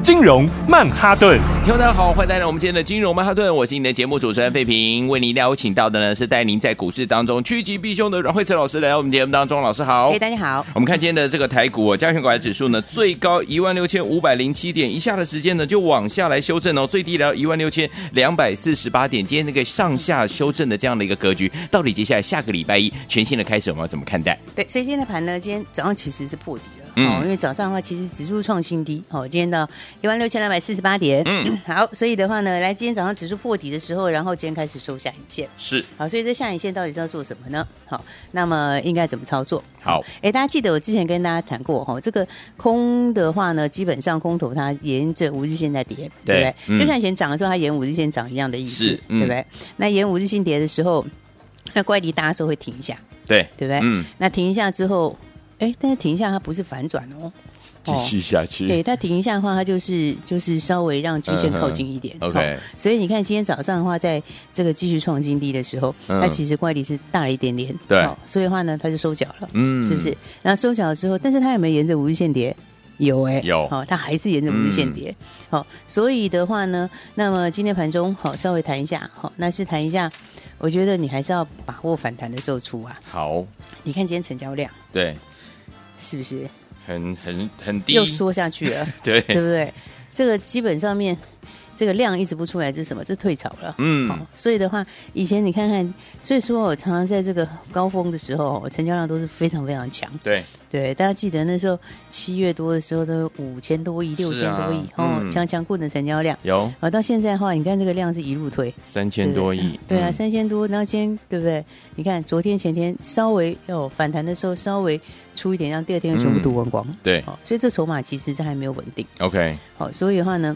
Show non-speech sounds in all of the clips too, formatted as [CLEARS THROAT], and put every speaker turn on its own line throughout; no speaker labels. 金融曼哈顿。
听众大家好，欢迎来到我们今天的金融曼哈顿，我是你的节目主持人费平，为您邀请到的呢是带您在股市当中趋吉避凶的阮慧慈老师来到我们节目当中，老师好
哎、。大家好。
我们看今天的这个台股哦，加权股价指数呢最高一万六千五百零七点，一下的时间呢就往下来修正哦，最低来到一万六千两百四十八点，今天那个上下修正的这样的一个格局，到底接下来下个礼拜一全新的开始我们要怎么看待？
对，所以今天的盘呢，今天早上其实是破底了。
嗯
哦，因为早上的话，其实指数创新低，哦，今天到一万六千两百四十八点，
嗯，
好，所以的话呢，来今天早上指数破底的时候，然后今天开始收下影线，
是
好，所以这下影线到底是要做什么呢？好，那么应该怎么操作？
好
哎，大家记得我之前跟大家谈过哈、哦，这个空的话呢，基本上空头它沿着五日线在跌，
对
不对？
嗯
就像以前涨的时候，它沿五日线涨一样的意思，
是嗯
对不对？那沿五日线跌的时候，那乖离大家说会停一下，
对
对不对？
嗯，
那停一下之后，哎，但是停一下它不是反转哦，
继续下去。
对，它停一下的话，它就是就是稍微让均线靠近一点。
嗯哼 OK
所以你看今天早上的话，在这个继续创新低的时候，
嗯
它其实乖离是大了一点点，
对
所以的话呢，它就收脚了，
嗯
是不是？那收脚了之后，但是它有没有沿着五日线跌？有哎、
有嗯
好、它还是沿着五日线跌，好、所以的话呢，那么今天盘中好、稍微谈一下，好、那是谈一下，我觉得你还是要把握反弹的时候出啊。
好，
你看今天成交量
对，
是不是
很很很低
又，缩下
[LAUGHS]
去了？
对，
对不对？这个基本上面，这个量一直不出来，这是什么？这是退潮了。
嗯
好，，所以的话，以前你看看，所以说我常常在这个高峰的时候，成交量都是非常非常强。
对，
对，大家记得那时候七月多的时候都五千多亿、六
是
千
啊
多亿，
嗯
哦，强强棍的成交量。
有
好，到现在的话，你看这个量是一路推，
三
对
千
不对
多亿，
对啊，
嗯
三千多，然后今天对不对？你看昨天、前天稍微哦反弹的时候稍微出一点，让第二天全部
嗯
读光光。
对
好，哦所以这筹码其实它还没有稳定。
，OK，
好，所以的话呢，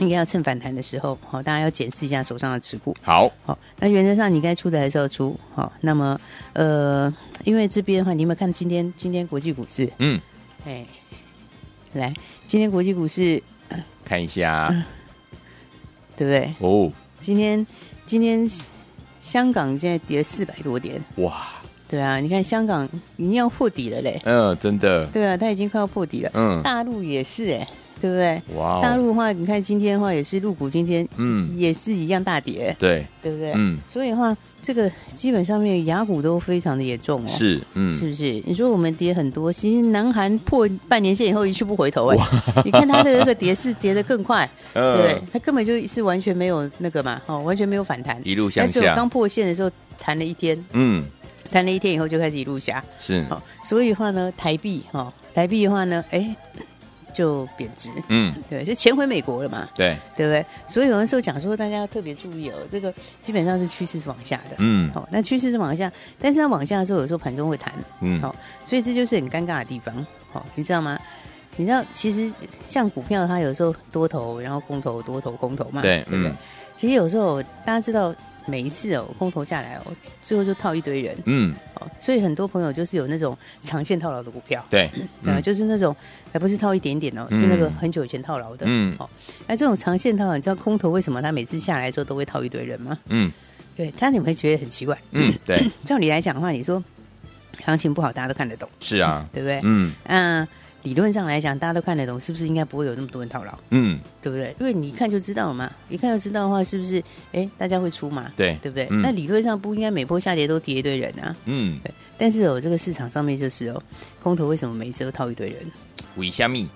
应该要趁反弹的时候，好，大家要检视一下手上的持股。
好，
好，那原则上你该出的还是要出。好，那么呃，因为这边的话，你有没有看今天今天国际股市？
嗯，
哎，来，今天国际股市
看一下
嗯对不对？
哦，
今天今天香港现在跌了四百多点，
哇，
对啊，你看香港已经要破底了嘞，
嗯，真的，
对啊，它已经快要破底了。
嗯，
大陆也是哎、对不对？
哇哦
大陆的话，你看今天的话也是入股，今天
嗯
也是一样大跌、
对，
对不对？
嗯，
所以的话，这个基本上面雅股都非常的严重哦，、
是，
是
嗯，
不是？你说我们跌很多，其实南韩破半年线以后一去不回头哎、 [LAUGHS] 你看它的那个
[LAUGHS]
跌是跌得更快，对不对
嗯，？
它根本就是完全没有那个嘛，哦，完全没有反弹，
一路
它
向
只有
下
刚，破线的时候弹了一天，
嗯，
弹了一天以后就开始一路下，
是，
哦，所以的话呢，台币哈、哦，台币的话呢，哎，就贬值，
嗯，
对，就钱回美国了嘛，
对，
对不对？所以有的时候讲说，大家要特别注意哦，这个基本上是趋势是往下的。
嗯
好、那趋势是往下，但是它往下的时候，有时候盘中会弹，
嗯
好、，所以这就是很尴尬的地方。好、你知道吗？你知道，其实像股票，它有时候多头，然后空头，多头，空头嘛，
对，
不对？
嗯
其实有时候大家知道，每一次哦，空头下来哦，最后就套一堆人，
嗯，
哦，所以很多朋友就是有那种长线套牢的股票，
对，
对啊，
嗯
就是那种还不是套一点点哦，
嗯
是那个很久以前套牢的，
嗯
好、那哎这种长线套，你知道空头为什么它每次下来的时候都会套一堆人吗？
嗯
对，他你们会觉得很奇怪，
嗯，对，
照理来讲的话，你说行情不好，大家都看得懂，
[CLEARS THROAT] 是啊，
对不对？
嗯
那理论上来讲，大家都看得懂，是不是应该不会有那么多人套牢，
嗯，
对不对？因为你一看就知道了嘛，一看就知道的话，是不是？哎，大家会出嘛，
对，
对不对？
嗯
那理论上不应该每波下跌都跌一堆人啊，
嗯，
但是哦，这个市场上面就是哦，空头为什么每一次都套一堆人？
尾虾米，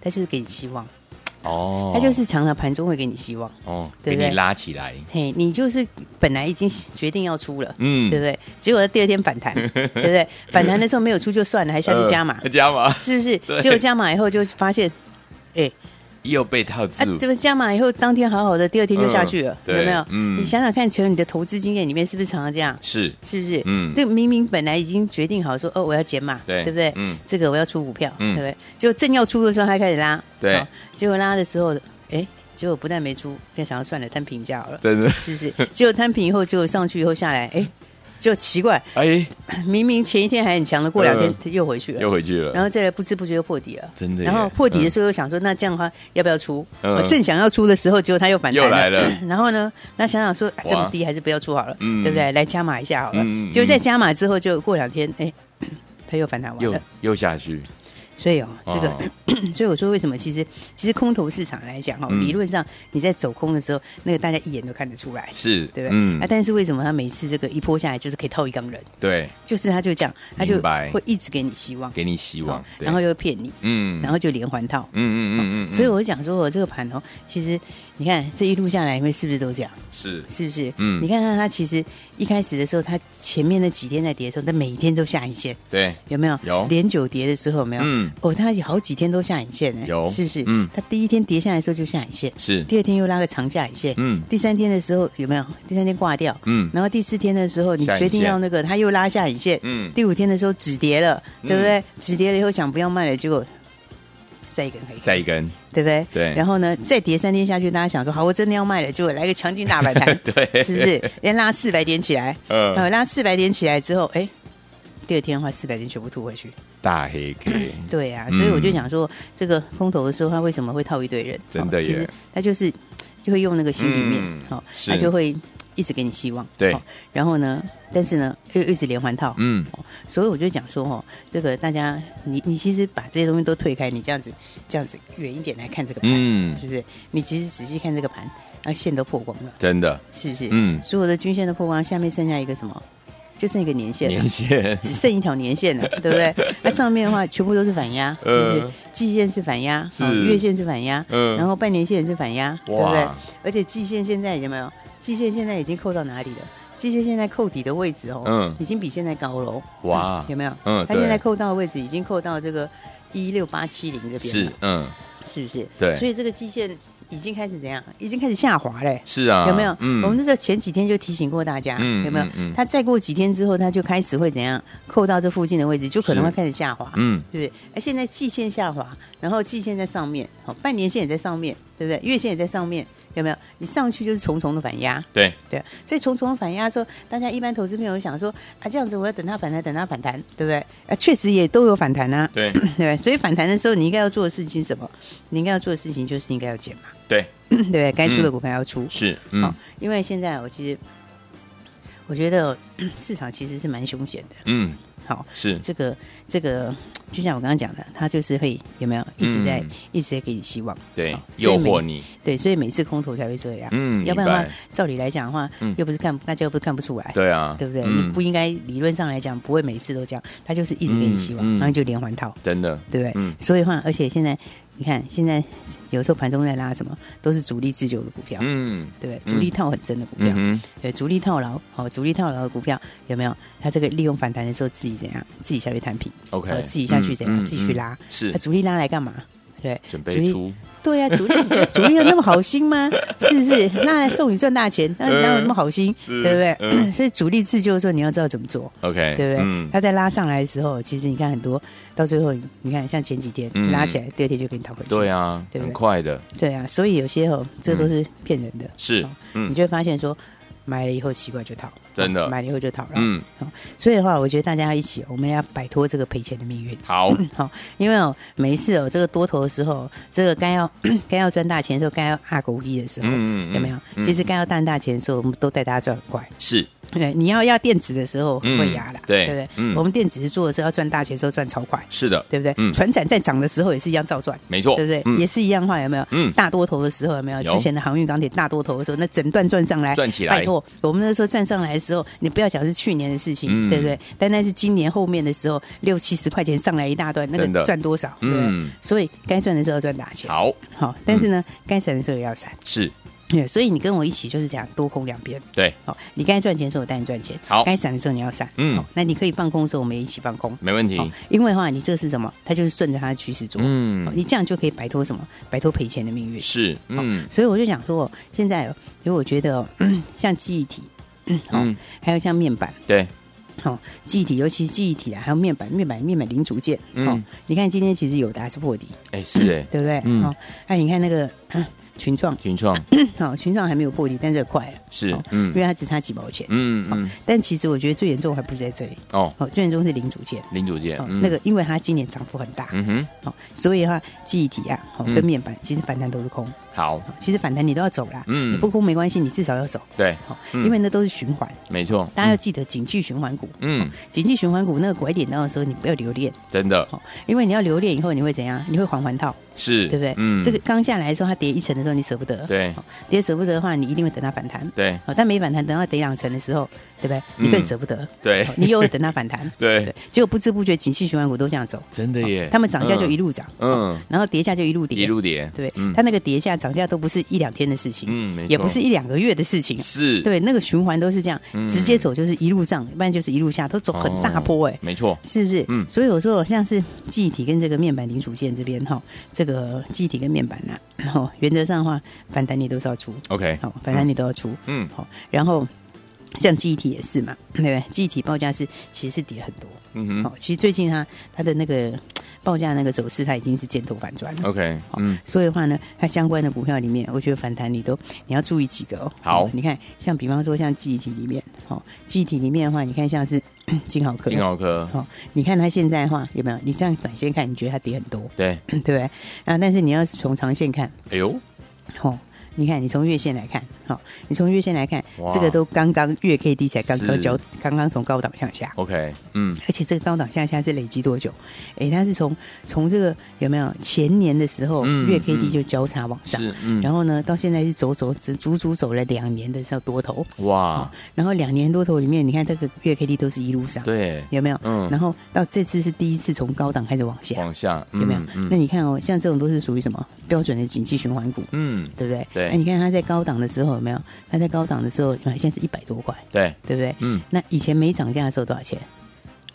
他就是给你希望，
哦，
他就是常常盘中会给你希望，
哦，
对
给
不
你
对
拉起来，
嘿，你就是本来已经决定要出了。
嗯
对不，对？结果第二天反弹，
[LAUGHS]
对不对？反弹的时候没有出就算了，还下去加码，
呃加码
是不是
对？
结果加码以后就发现，哎，
又被套
啊
住，
这个加码以后当天好好的，第二天就下去了，
嗯对
有没有？
嗯
你想想看，求你的投资经验里面是不是常常这样？
是，
是不是？
嗯
这明明本来已经决定好说，哦，我要减码，
对
不对？
嗯
这个我要出股票，
嗯
对不对？结果正要出的时候，他开始拉，
对
哦结果拉的时候，哎，结果不但没出，更想要算了，摊平一下好了，
真的，[LAUGHS]
是不是？结果摊平以后，结果上去以后下来，哎，就奇怪，
哎，
明明前一天还很强的，过两天
嗯
它又回去了。
又回去
然
了，
后再来不知不觉就破底了，
真的耶
然后破底的时候又想说，那这样的话要不要出？
嗯
我正想要出的时候，结果它又反弹
又来了
[LAUGHS] 然后呢，那想想说、啊
哇
这么低还是不要出好了，
嗯
对不对？来加码一下好了。
嗯嗯
结果在加码之后，就过两天，哎，它又反弹完
又
了。
又下去，
所以哦，这个，
哦
[CLEARS THROAT] 所以我说为什么其实其实空头市场来讲哦，
嗯
理论上你在走空的时候，那个大家一眼都看得出来，
是，
对不对？
嗯
啊，，但是为什么它每次这个一波下来就是可以套一缸人？
对，
就是它就这样，它就
明白
会一直给你希望，
给你希望
哦，
对
然后，又会骗你。
嗯
然
后，
后就连环套。哦
嗯嗯嗯嗯，
所以
嗯
我就讲说，我这个盘哦，其实你看这一路下来，因为是不是都这样？
是，
是不是？
嗯
你看看它其实一开始的时候，它前面那几天在跌的时候，它每一天都下影线，
对，
有没有？
有
连九跌的时候有没有？
嗯
哦，它有好几天都下影线呢，
有
是不是？
嗯
它第一天跌下来的时候就下影线，
是，
第二天又拉个长下影线，
嗯
第三天的时候有没有？第三天挂掉，
嗯
然后第四天的时候，你
下影
决定
线
要那个，它又拉下影线。
嗯，
第五天的时候止跌了，
嗯
对不对？止跌了以后想不要卖了，结果再一根黑 K，
再一
[LAUGHS]
根，
对不对？
对
然后呢，再跌三天下去，大家想说，好，我真的要卖了，结果来个强劲大反弹，
[LAUGHS] 对
是不是？连拉四百点起来，
嗯，
呃，拉四百点起来之后，哎，第二天的话，四百点全部吐回去。
大黑 K，
对啊，
嗯
所以我就想说，这个空头的时候，他为什么会套一堆人？
真的
哦其
耶
实他就是就会用那个心里面
嗯，
好，
是
他就会一直给你希望，
对
哦然后呢，但是呢，又又一直连环套，
嗯，
所以我就讲说，哦，这个大家，你你其实把这些东西都推开，你这样子这样子远一点来看这个盘，
嗯
是不是？你其实仔细看这个盘，啊，线都破光了，
真的，
是不是？
嗯
所有的均线都破光，下面剩下一个什么？就剩一个年线了，
年限，
只剩一条年
[LAUGHS]
线了，对不对？那上面的话全部都是反压，是
呃
不是？季线是反压，
是
哦月线是反压，
嗯
然后半年线也是反压，对不对
哇？
而且季线现在已经没有，季线现在已经扣到哪里了？季线现在扣底的位置哦，
嗯
已经比现在高了哦，
哇
有没有？
嗯
它现在
对
扣到的位置已经扣到这个一六八七零这边
是
了，，
嗯，
是不是？
对
所以这个季线已经开始怎样？已经开始下滑嘞。
是啊，
有没有？
嗯，
我们那时候前几天就提醒过大家，
嗯
有没有
嗯嗯？
它再过几天之后，它就开始会怎样？扣到这附近的位置，就可能
是
会开始下滑，
嗯，
对不对？哎，现在季线下滑，然后季线在上面，好，半年线也在上面，对不对？月线也在上面，有没有？你上去就是重重的反压，
对，
对，啊所以重重反压的时候，大家一般投资朋友想说啊，这样子我要等它反弹，等它反弹，对不对？啊，确实也都有反弹啊， [LAUGHS]
对，
对不对？所以反弹的时候，你应该要做的事情是什么？你应该要做的事情就是应该要减嘛， [LAUGHS]
对，
对不对？该出
嗯
的股票要出，
是，
好、
嗯，
因为现在我其实我觉得市场其实是蛮凶险的。
嗯，
好、
是，
这个这个，就像我刚刚讲的，它就是会有没有一直在、
嗯
一直在给你希望，
对
好，所
诱
以每
惑你，
对，所以每次空头才会这样。
嗯，
要不然的
明
话
白，，
照理来讲的话，
嗯
又不是看大家又不是看不出来，
对啊，
对不对？
嗯
你不应该理论上来讲不会每次都这样，他就是一直给你希望，
嗯嗯
然后就连环套，
真的，
对不对？
嗯
所以的话，而且现在你看，现在有时候盘中在拉什么，都是主力自救的股票，
嗯，
对不对？主力套很深的股票，
嗯哼，
对，主力套牢，好、主力套牢的股票有没有？它这个利用反弹的时候自己怎样？自己下去摊平
OK，
呃自己下去怎样？
嗯
自己去拉。
嗯是
那、主力拉来干嘛？对，
准
主
备
力
出，
对啊，主力主力有那么好
[LAUGHS]
心吗？是不是？那还送你赚大钱，那哪有那么好心？
嗯是
对不对、
嗯
所以主力自救的时候，你要知道怎么做，
OK，
对不对？
嗯
他、在拉上来的时候，其实你看很多，到最后你看像前几天、
嗯
拉起来，第二天就给你躺回去。
对，啊，
对不对
很快的，
对啊，所以有些哦，这都是骗人的。
是
好，你
嗯
就会发现说，买了以后奇怪就套，哦
真的
买了以后就套了。
嗯，
所以的话，我觉得大家一起，我们要摆脱这个赔钱的命运。
好，
好，因为哦，每一次哦，这个多头的时候，这个该要 [CLEARS THROAT] 该要赚大钱的时候，该要阿狗力的时候，
嗯
有没有？
嗯
其实该要赚大钱的时候，我们都带大家赚很快。
是，
对，你要要电子的时候
嗯
会压了，
对
对不
嗯
对？我们电子是做的时候要赚大钱的时候赚超快，
是的，
对不对
嗯？
船产在涨的时候也是一样照赚。
没错，
对不对？
嗯
也是一样话，有没有？
嗯
大多头的时候有没有？
有
之前的航运钢铁大多头的时候，那整段赚上来，
赚起来
拜托，我们那时候赚上来的时候，你不要讲是去年的事情，
嗯
对不对？单单是今年后面的时候，六七十块钱上来一大段，那
真的
个赚多少？对不对？
嗯
所以该赚的时候要赚大钱，
好，嗯
好，但是呢，该闪的时候也要闪。
是，
对，所以你跟我一起就是这样多空两边。
对，
好，你该赚钱的时候我带你赚钱，
好
该闪的时候你要闪，
嗯
好，那你可以放空的时候我们也一起放空，
没问题，
好，因为的话你这是什么？它就是顺着它的趋势做，哦
嗯，
你这样就可以摆脱什么？摆脱赔钱的命运。
是，嗯
所以我就想说，现在哦因为我觉得哦、像记忆体，嗯，好、
嗯，
还有像面板，
对，
好、记忆体，尤其是记忆体啊，还有面板，面板面板零组件，
嗯
哦，你看今天其实友达是破底， [CLEARS THROAT]
哎，是哎，
对不对？啊
嗯
哦，哎，你看那个。嗯群创，
群创
好，群创还没有破底，但这快了，
是
好，因
嗯
为它只差几毛钱。
嗯
好
嗯，
但其实我觉得最严重还不是在这里，
哦，
好，最严重是零组件。
零组件
哦，
嗯
那个，因为它今年涨幅很大，
嗯哼，
好、哦所以哈，记忆体啊，好、
嗯
跟面板其实反弹都是空，
好，
好其实反弹你都要走啦，
嗯
你不空没关系，你至少要走，
对，
好、
嗯
因为那都是循环，
没错，
大家要记得景气循环股，哦
嗯，
景气循环股那个拐点到的时候，你不要留恋，
真的
好、因为你要留恋以后你会怎样？你会环环套，
是，
对不对？这个刚下来的时候，它跌一层的时候你舍不得，
嗯对
好跌舍不得的话，你一定会等它反弹。
对
好，但没反弹，等到跌两层的时候，对不对？你更舍不得，哦
对，
好你又会等它反弹
嗯 [LAUGHS] 对，
结果不知不觉，景气循环股都这样走，
真的耶，
他们涨价就一
路，
路涨，
嗯，
然后跌价就一路跌，
一路跌，
对，
嗯
它那个跌价涨价都不是一两天的事情，
嗯，没错，
也不是一两个月的事情，啊
是，
对，那个循环都是这样，
嗯
直接走就是一路上，不然就是一路下，都走
哦，
很大波哎、
没错，
是不是？
嗯
所以我说，像是记忆体跟这个面板零组件这边哈，这个记忆体跟面板呐、然后原则上的话，反弹你都是要出，
OK，
好，反弹你都要出，
嗯，
好、然后像记忆体也是嘛，对不对？记忆体报价是其实是跌很多，
嗯
好、
哼
其实最近它它的那个报价那个走势，它已经是箭头反转了，
，OK，
好
嗯，
所以的话呢，它相关的股票里面，我觉得反弹你都你要注意几个哦。
好
你看像比方说像记忆体里面，好、哦，记忆体里面的话，你看像是金豪科，
金豪科，
好、你看它现在的话有没有？你这样短线看，你觉得它跌很多， [COUGHS]
对，
对不对？啊，但是你要从长线看，
哎呦，
好、你看，你从月线来看，好、你从月线来看
哇，
这个都刚刚月 K D 才刚
是
刚交，刚刚从高档向下，
OK，嗯，
而且这个高档向下是累积多久？诶，它是从从这个有没有前年的时候、
嗯
月
嗯
K D 就交叉往上，
是，嗯，
啊然后呢，到现在是走走，只足足走了两年的这多头，
哇，
然后两年多头里面，你看这个月 K D 都是一路上，，
对，
有没有？
嗯
然后到这次是第一次从高档开始往下，
往下，
有没有？
嗯
那你看哦，像这种都是属于什么标准的景气循环股，
嗯，
对不对？
对
那你看它在高档的时候有没有？它在高档的时候，现在是一百多块，
对，
对不对？
嗯，
那以前没涨价的时候多少钱？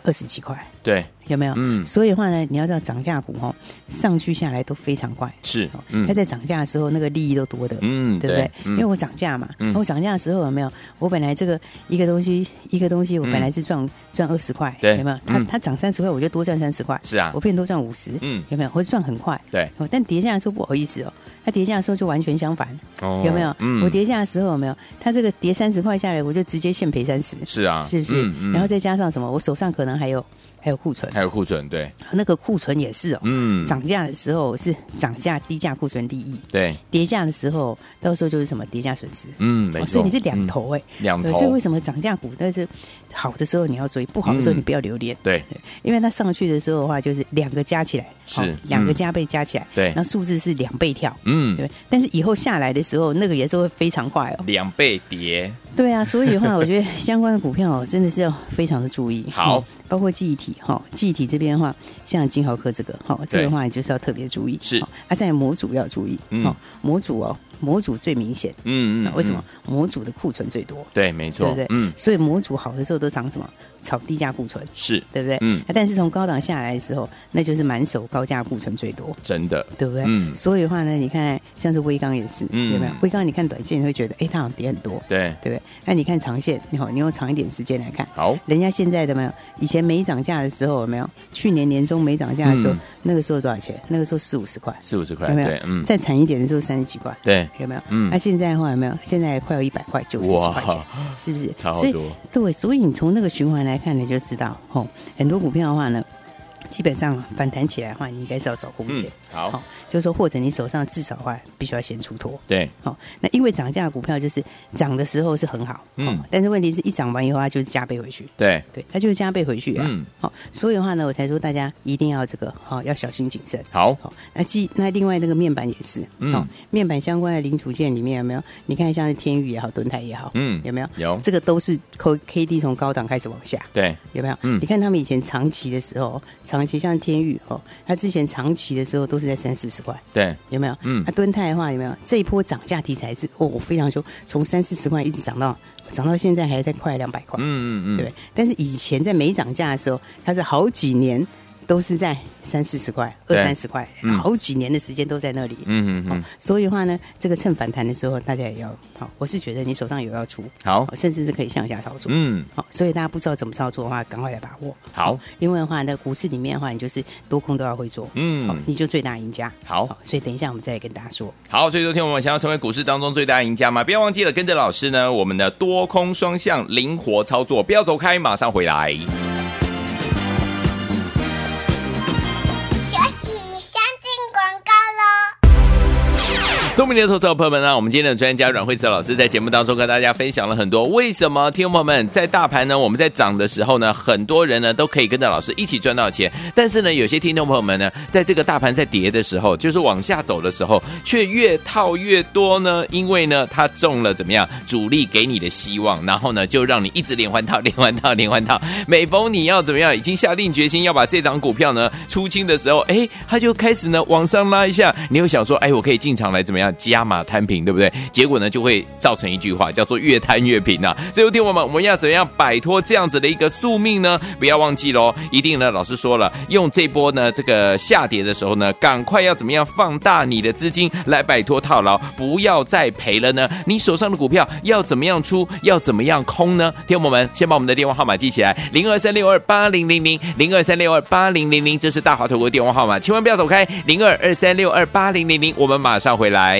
二十几块，
对，
有没有？
嗯，
所以的话呢，你要知道涨价股哦，上去下来都非常快。
是
哦，
嗯
它，在涨价的时候，那个利益都多的，
嗯，
对不对？因
为
为我涨价嘛，
嗯
那我涨价的时候有没有？我本来这个一个东西一个东西，我
嗯
本来是赚赚二十块，
对
有没有？它
嗯
它涨三十块，我就多赚三十块，
是啊
我，变多赚五十，
嗯，
有没有？我赚很快。
对，
哦，但跌价的时候不好意思哦，它跌价的时候就完全相反，
哦
有没有？我跌价的时候有没有？它这个跌三十块下来，我就直接现赔三十，
是啊，
是不是？
嗯嗯
然后再加上什么？我手上可能还有还有库存，
还有库存，对，
那个库存也是哦。
嗯，
涨价的时候是涨价低价库存利益，
对，
跌价的时候到时候就是什么跌价损失。
嗯，没
哦
错，
所以你是两
嗯
头哎、
两
对所以
头
为，什么涨价股，但是好的时候你要追，不好的时候你不要留恋，
对
因为它上去的时候的话，就是两个加起来，
是
哦两个
嗯
加倍加起来，
对
那，数字是两倍跳。
嗯，
对，但是以后下来的时候，那个也是会非常快哦。
两倍跌，
对啊，所以的话，我觉得相关的股票、哦、真的是要非常的注意。
好
嗯包括记忆体哈、哦，记忆体这边的话，像金豪科这个哈、哦，这个的话你就是要特别注意。
是
哦啊，在模组要注意。
嗯
哦，模组哦，模组最明显。哦
嗯
那为什么？模组的库存最多？
对，没错
对不对，
嗯，
所以模组好的时候都涨什么？炒低价库存，
是，
对不对？
嗯，
啊但是从高档下来的时候，那就是满手高价库存最多，
真的，
对不对？
嗯
所以的话呢，你看像是微刚也是，
嗯
有没有？微刚你看短线你会觉得，哎，它好像跌很多，
对，
对不对？那你看长线，你好，你用长一点时间来看，
好，
人家现在的没有，以前没涨价的时候有没有？去年年中没涨价的时候，
嗯
那个时候多少钱？那个时候四五十块，
四五十块，
有没
对
有，？
嗯，
再惨一点的时候三十几块，
对，
有没有？
嗯
那、现在的话有没有？现在快要一百块，九十几块钱，是不是？
差好
所以
多，
对，所以你从那个循环来看，你就知道，吼、很多股票的话呢，基本上反弹起来的话，你应该是要找空点
嗯，，好，
就是说或者你手上至少的话，必须要先出脱。
对，
好、那因为涨价的股票就是涨的时候是很好，
嗯
嗯，但是问题是一涨完以后，它就是加倍回去，
对，
对，它就是加倍回去啊。
嗯，
好、所以的话呢，我才说大家一定要这个，好、要小心谨慎。
好，
好、那记那另外那个面板也是，
嗯
哦，面板相关的零组件里面有没有？你看像是天宇也好，敦泰也好，
嗯，
有没有？
有，
这个都是 K K D 从高档开始往下，
对，
有没有？
嗯
你看他们以前长期的时候，长期像天宇哦，他之前长期的时候都是在三四十块，
对，
有没有？
嗯
那敦泰的话有没有？这一波涨价题材是哦，我非常凶，从三四十块一直涨到涨到现在还在快两百块，
嗯嗯嗯，
对不对。但是以前在没涨价的时候，它是好几年都是在三四十块、二
对
三十块
嗯，
好几年的时间都在那里。
嗯嗯
哦
嗯，，
所以的话呢，这个趁反弹的时候，大家也要好。我是觉得你手上有要出，
好
哦，甚至是可以向下操作。
嗯
好，所以大家不知道怎么操作的话，赶快来把握。
好，
因为的话呢，股市里面的话，你就是多空都要会做，好
嗯哦
你就最大赢家。
好。
所以等一下我们再来跟大家说。
好，所以昨天我们想要成为股市当中最大的赢家吗？不要忘记了，跟着老师呢，我们的多空双向灵活操作，不要走开，马上回来。
学习先进广告喽。
聪明的投资者朋友们呢、我们今天的专家阮慧慈老师在节目当中跟大家分享了很多为什么听众朋友们在大盘呢，我们在涨的时候呢，很多人呢都可以跟着老师一起赚到钱，但是呢，有些听众朋友们呢，在这个大盘在跌的时候，就是往下走的时候，却越套越多呢，因为呢，他中了怎么样主力给你的希望，然后呢，就让你一直连环套、连环套、连环套。 [LAUGHS] 每逢你要怎么样，已经下定决心要把这档股票呢出清的时候，哎，它就开始呢往上拉一下，你会想说，哎，我可以进场来怎么样加码摊平，对不对？结果呢，就会造成一句话叫做越摊越平啊。所以，有天我们我们要怎样摆脱这样子的一个宿命呢？不要忘记喽，一定呢，老师说了，用这波呢这个下跌的时候呢，赶快要怎么样放大你的资金来摆脱套牢，不要再赔了呢。你手上的股票要怎么样出，要怎么样空呢？听众朋友们，先把我们的电话号码记起来，零二三六二八零零零零二三六二八零零零，这是大华投顾的电话号码，千万不要走开，零二二三六二八零零零，我们马上回来。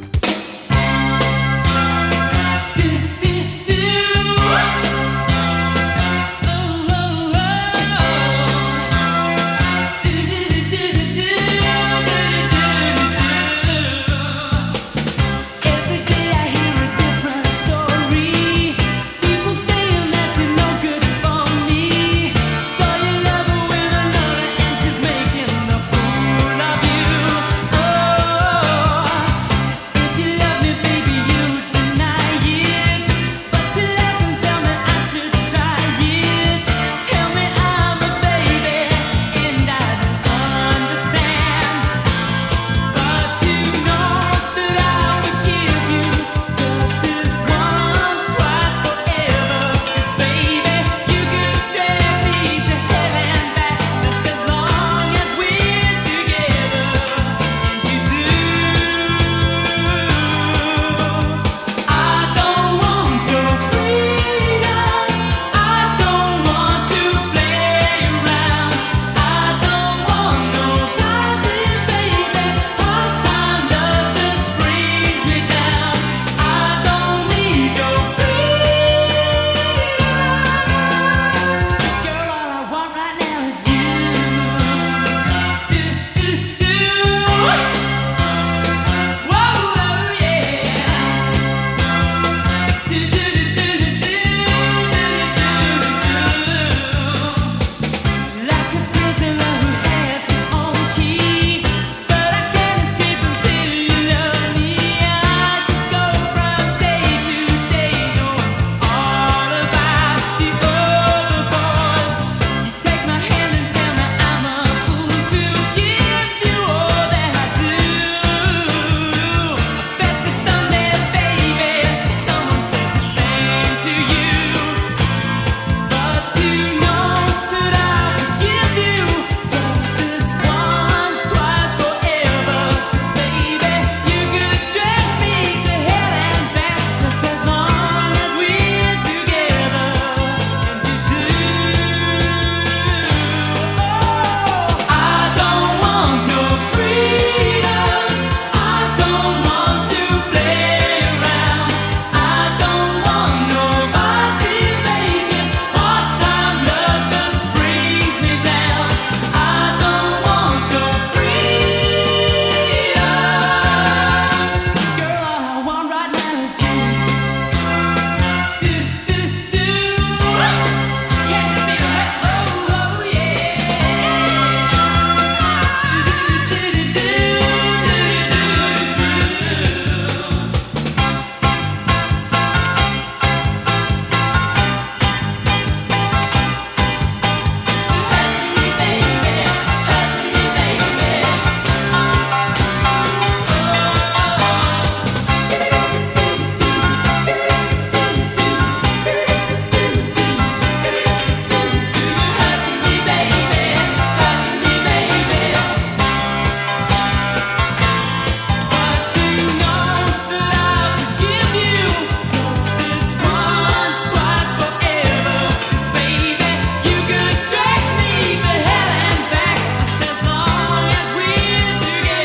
Every day I hear a different story. People saying that you're no good for me. Saw your lover with another, and she's making a fool of you. Oh,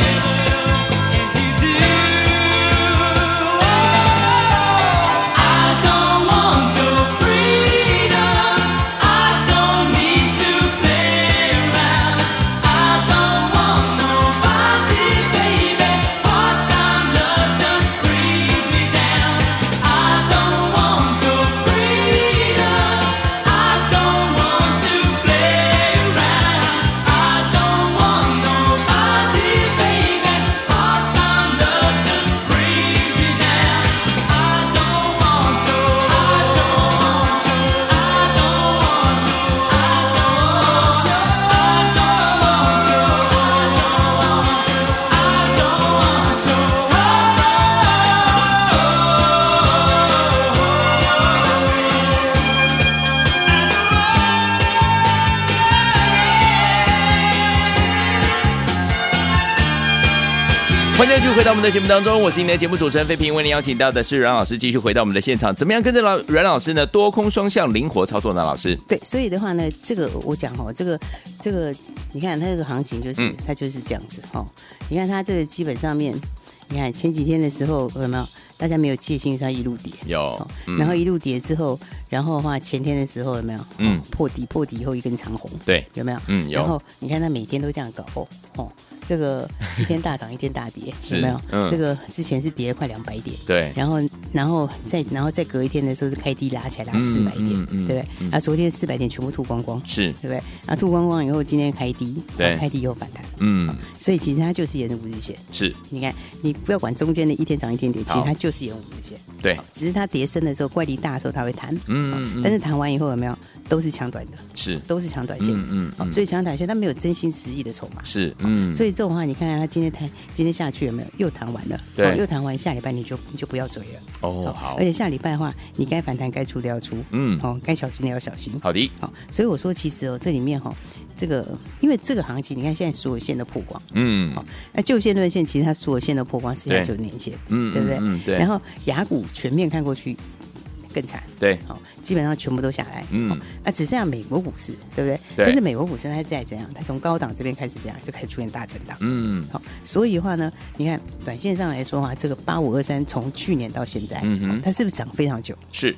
oh,
欢迎继续回到我们的节目当中，我是您的节目主持人飞平，为您邀请到的是阮老师，继续回到我们的现场，怎么样跟着老阮老师呢？多空双向灵活操作呢？老师，
对，所以的话呢，这个我讲哦，这个这个，你看它这个行情就是、
嗯
它就是这样子哦。你看它这个基本上面，你看前几天的时候有没有大家没有戒心，它一路跌。
有
哦，
嗯
然后一路跌之后，然后的话前天的时候有没有？
嗯
嗯，破底破底以后一根长红，
对，
有没有？
嗯有
然后你看它每天都这样搞哦，哦，这个一天大涨一天大跌，有没
[LAUGHS]
有
是？嗯
这个之前是跌了快两百点，
对，
然后然后再然后再隔一天的时候是开低拉起来拉四百点，
嗯嗯
对不对？
嗯
啊，昨天四百点全部吐光光，
是，
对不对？啊，吐光光以后今天开低，
对
哦开低以后反弹，
嗯，
所以其实它就是沿着五日线。
是
你看，你不要管中间的一天涨一天跌，其实
好
它就是沿五日线。
对，
只是它跌升的时候，怪力大的时候它会弹，
嗯嗯
但是弹完以后有没有都是抢短的，
是，
都是抢短线，哦
嗯嗯嗯，
所以抢短线它没有真心实意的筹码。
是，嗯，
所
以
以这种话，你看啊看它今天弹，今天下去有没有又弹完了？
对
哦又弹完，下礼拜你就你就不要追了。
哦好
而，且下礼拜的话，你该反弹该出的要出，
嗯，
哦，该小心的要小心。
好的，
好、所以我说其实哦，这里面哈、哦，这个因为这个行情，你看现在所有线都破光，哦
嗯
那就线论线其实它所有线都破光，剩下
对
只有年线，
嗯
对不对？
嗯嗯对
然后雅股全面看过去更惨，
对，
好、基本上全部都下来，
嗯
好那、只剩下美国股市，对不对？
对
但是美国股市它在怎样？它从高档这边开始怎样，就开始出现大震荡。
嗯
好，所以的话呢，你看短线上来说啊，这个八五二三从去年到现在，
嗯哼
它是不是涨非常久？
是，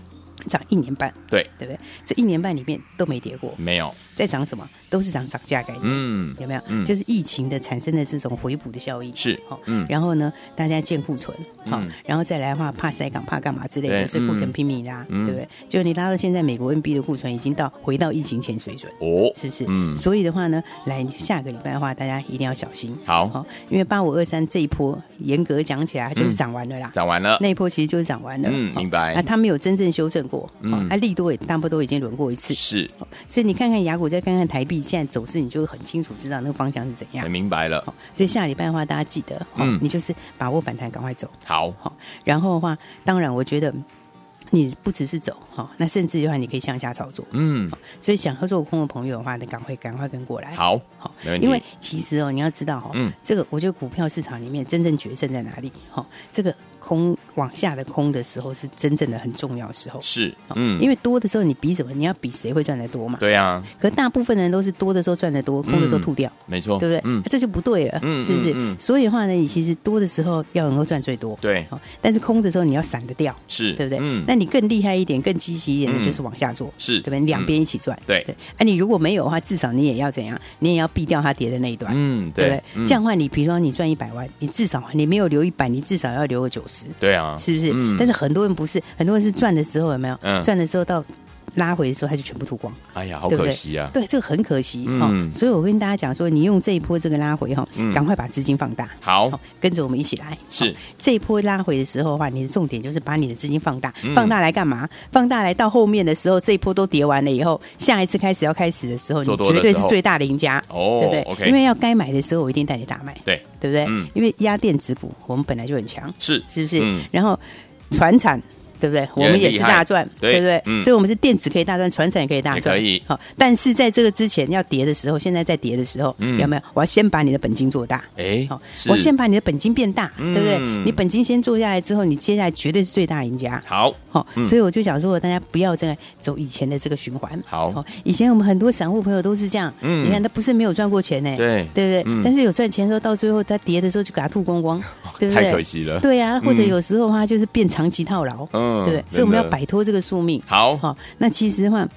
涨一年半，
对，
对不对？这一年半里面都没跌过，
没有，
在涨什么？都是涨涨价概念，
嗯
有没有？
嗯
就是疫情的产生的这种回补的效应，
是
好，
嗯
然后呢，大家建库存，好
嗯，
然后再来的话，怕塞港、怕干嘛之类
对
的，所以库
嗯
存拼命拉，
嗯
对不对？就你拉到现在，美国 NB 的库存已经到回到疫情前水准。
哦，
是不是？
嗯
所以的话呢，来下个礼拜的话，大家一定要小心。
好
因为八五二三这一波，严格讲起来它就是
嗯
涨完了啦。
讲完了，
那一波其实就是涨完了，
嗯
好
明白
啊，它没有真正修正过，
嗯
嗯，啊，利多也大不多已经轮过一次，
是，
所以你看看雅股，再看看台币现在走势，你就很清楚知道那个方向是怎样
很。哎明白了，
好所以下礼拜的话，大家记得，
嗯
嗯，你就是把握反弹，赶快走。
好，
好，然后的话，当然我觉得你不只是走，哈，那甚至的话，你可以向下操作。
嗯，
所以想要做空的朋友的话，你赶快赶快跟过来。
好，
好
没问题
因为其实哦，你要知道哦，
嗯
这个我觉得股票市场里面真正决胜在哪里？哈、这个空往下的空的时候是真正的很重要的时候。
是
哦，
嗯，
因
为
为多的时候你比什么？你要比谁会赚得多嘛。。
对啊，
可大部分人都是多的时候赚得多，空的时候吐掉，
没错，
对不对？
嗯
啊，这就不对了，
嗯
是不是？
嗯嗯
所以的话呢，你其实多的时候要能够赚最多，
对
哦。但是空的时候你要闪得掉，
是，
对不对？
嗯，
那你更厉害一点、更积极一点的
嗯
就是往下做，
是嗯
对不对？两边一起赚，
对
对。那你如果没有的话，至少你也要怎样？你也要避掉它跌的那一段，
嗯，
对不
对
对，？这样的话，你比如说你赚一百万，你至少你没有留一百，你至少要留个九十，
对啊，
是不是？
嗯
但是很多人不是，很多人是赚的时候有没有
嗯？
赚的时候到拉回的时候，他就全部吐光。
哎呀，好
对不
可
对
惜啊，
对，这个很可惜
嗯
哈、哦。所以我跟大家讲说，你用这一波这个拉回哈哦
嗯，
赶快把资金放大，
好
哦，跟着我们一起来。
是
哦这一波拉回的时候的话，你的重点就是把你的资金放大
嗯，
放大来干嘛？放大来到后面的时候，这一波都跌完了以后，下一次开始要开始的时候，
做
你
多的
绝对
时
是
候
最大的赢家，
哦
对不对
OK
因为要该买的时候，我一定带你大卖，
对，
对不对？
嗯
因为压电子股我们本来就很强，
是，
是不是？
嗯
然后船产。对不对？我们也是大赚，
对
对不对？
嗯
所以，我们是电子可以大赚，船产也可以大赚，
也可以
好，但是在这个之前要跌的时候，现在在跌的时候，
嗯
有没有？我要先把你的本金做大，
哎
好，，
是
哦我先把你的本金变大，
嗯
对不对？你本金先做下来之后，你接下来绝对是最大赢家。
好，
好、
嗯
所以我就想说，大家不要再走以前的这个循环。
好
哦，以前我们很多散户朋友都是这样，
嗯
你看他不是没有赚过钱呢，
对
对不对？
嗯
但是有赚钱的时候，到最后他跌的时候就给他吐
[LAUGHS]
光光，对不对？
太可惜了，
对呀、啊，或者
嗯
有时候的话就是变长期套牢，
嗯
对不对？所以我们要摆脱这个宿命。
好，
好、那其实的话，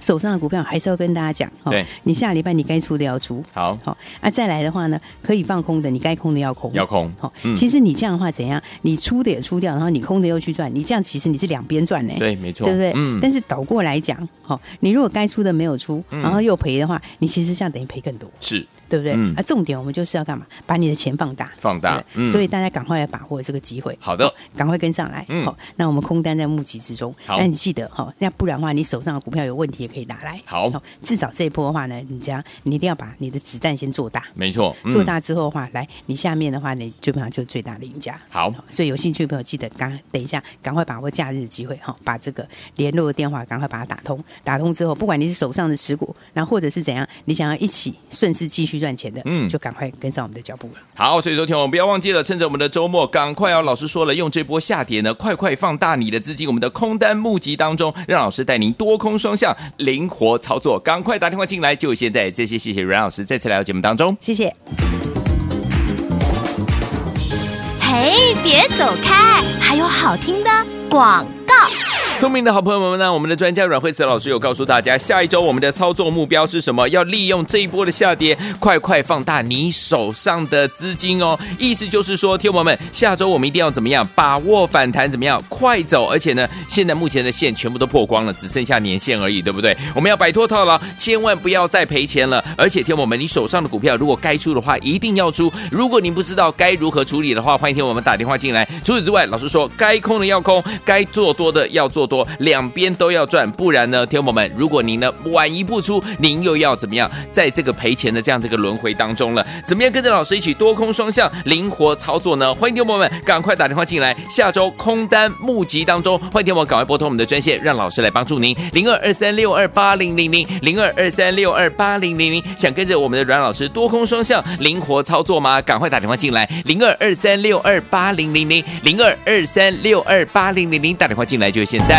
手上的股票还是要跟大家讲，哦
对
你下礼拜你该出的要出，
好，
好、那、再来的话呢，可以放空的，你该空的要空，
要空，
好、
嗯
其实你这样的话怎样？你出的也出掉，然后你空的又去赚，你这样其实你是两边赚呢、
对，没错，
哎对不对？
嗯，
但是倒过来讲，好、你如果该出的没有出，
嗯
然后又赔的话，你其实这样等于赔更多，
是
对不对？
嗯
啊，重点我们就是要干嘛？把你的钱放大，
放大
对不对
嗯
所以大家赶快来把握这个机会。
好的，
赶快跟上来。
嗯
好，那我们空单在募集之中。
好
那你记得哈，那不然的话，你手上的股票有问题也可以拿来。
好，
至少这一波的话呢，你这样你一定要把你的子弹先做大。
没错，嗯
做大之后的话，来你下面的话，你基本上就是最大的赢家。
好
所以有兴趣的朋友记得赶等一下，赶快把握假日的机会哈，把这个联络的电话赶快把它打通。打通之后，不管你是手上的持股，然后或者是怎样，你想要一起顺势继续续赚钱的，
嗯
嗯，就赶快跟上我们的脚步了。
好，所以昨天我们不要忘记了，趁着我们的周末，赶快哦！老师说了，用这波下跌呢，快快放大你的资金，我们的空单募集当中，让老师带您多空双向灵活操作，赶快打电话进来，就现在！这些谢谢阮老师再次来到节目当中。
谢谢。
嘿，别走开，还有好听的广告。
聪明的好朋友们呢，我们的专家阮慧慈老师有告诉大家，下一周我们的操作目标是什么？要利用这一波的下跌，快快放大你手上的资金哦。意思就是说，天友们，下周我们一定要怎么样？把握反弹，怎么样？快走！而且呢，现在目前的线全部都破光了，只剩下年线而已，对不对？我们要摆脱套牢，千万不要再赔钱了。而且，天友们，你手上的股票如果该出的话，一定要出。如果您不知道该如何处理的话，欢迎天我们打电话进来。除此之外，老师说，该空的要空，该做多的要做多，两边都要赚，不然呢，天友们，如果您呢晚一步出，您又要怎么样？在这个赔钱的这样这个轮回当中了，怎么样跟着老师一起多空双向灵活操作呢？欢迎天友们赶快打电话进来，下周空单募集当中，欢迎天友们赶快拨通我们的专线，让老师来帮助您零二二三六二八零零零零二二三六二八零零零，想跟着我们的阮老师多空双向灵活操作吗？赶快打电话进来零二二三六二八零零零零二二三六二八零零零，打电话进来就是现在。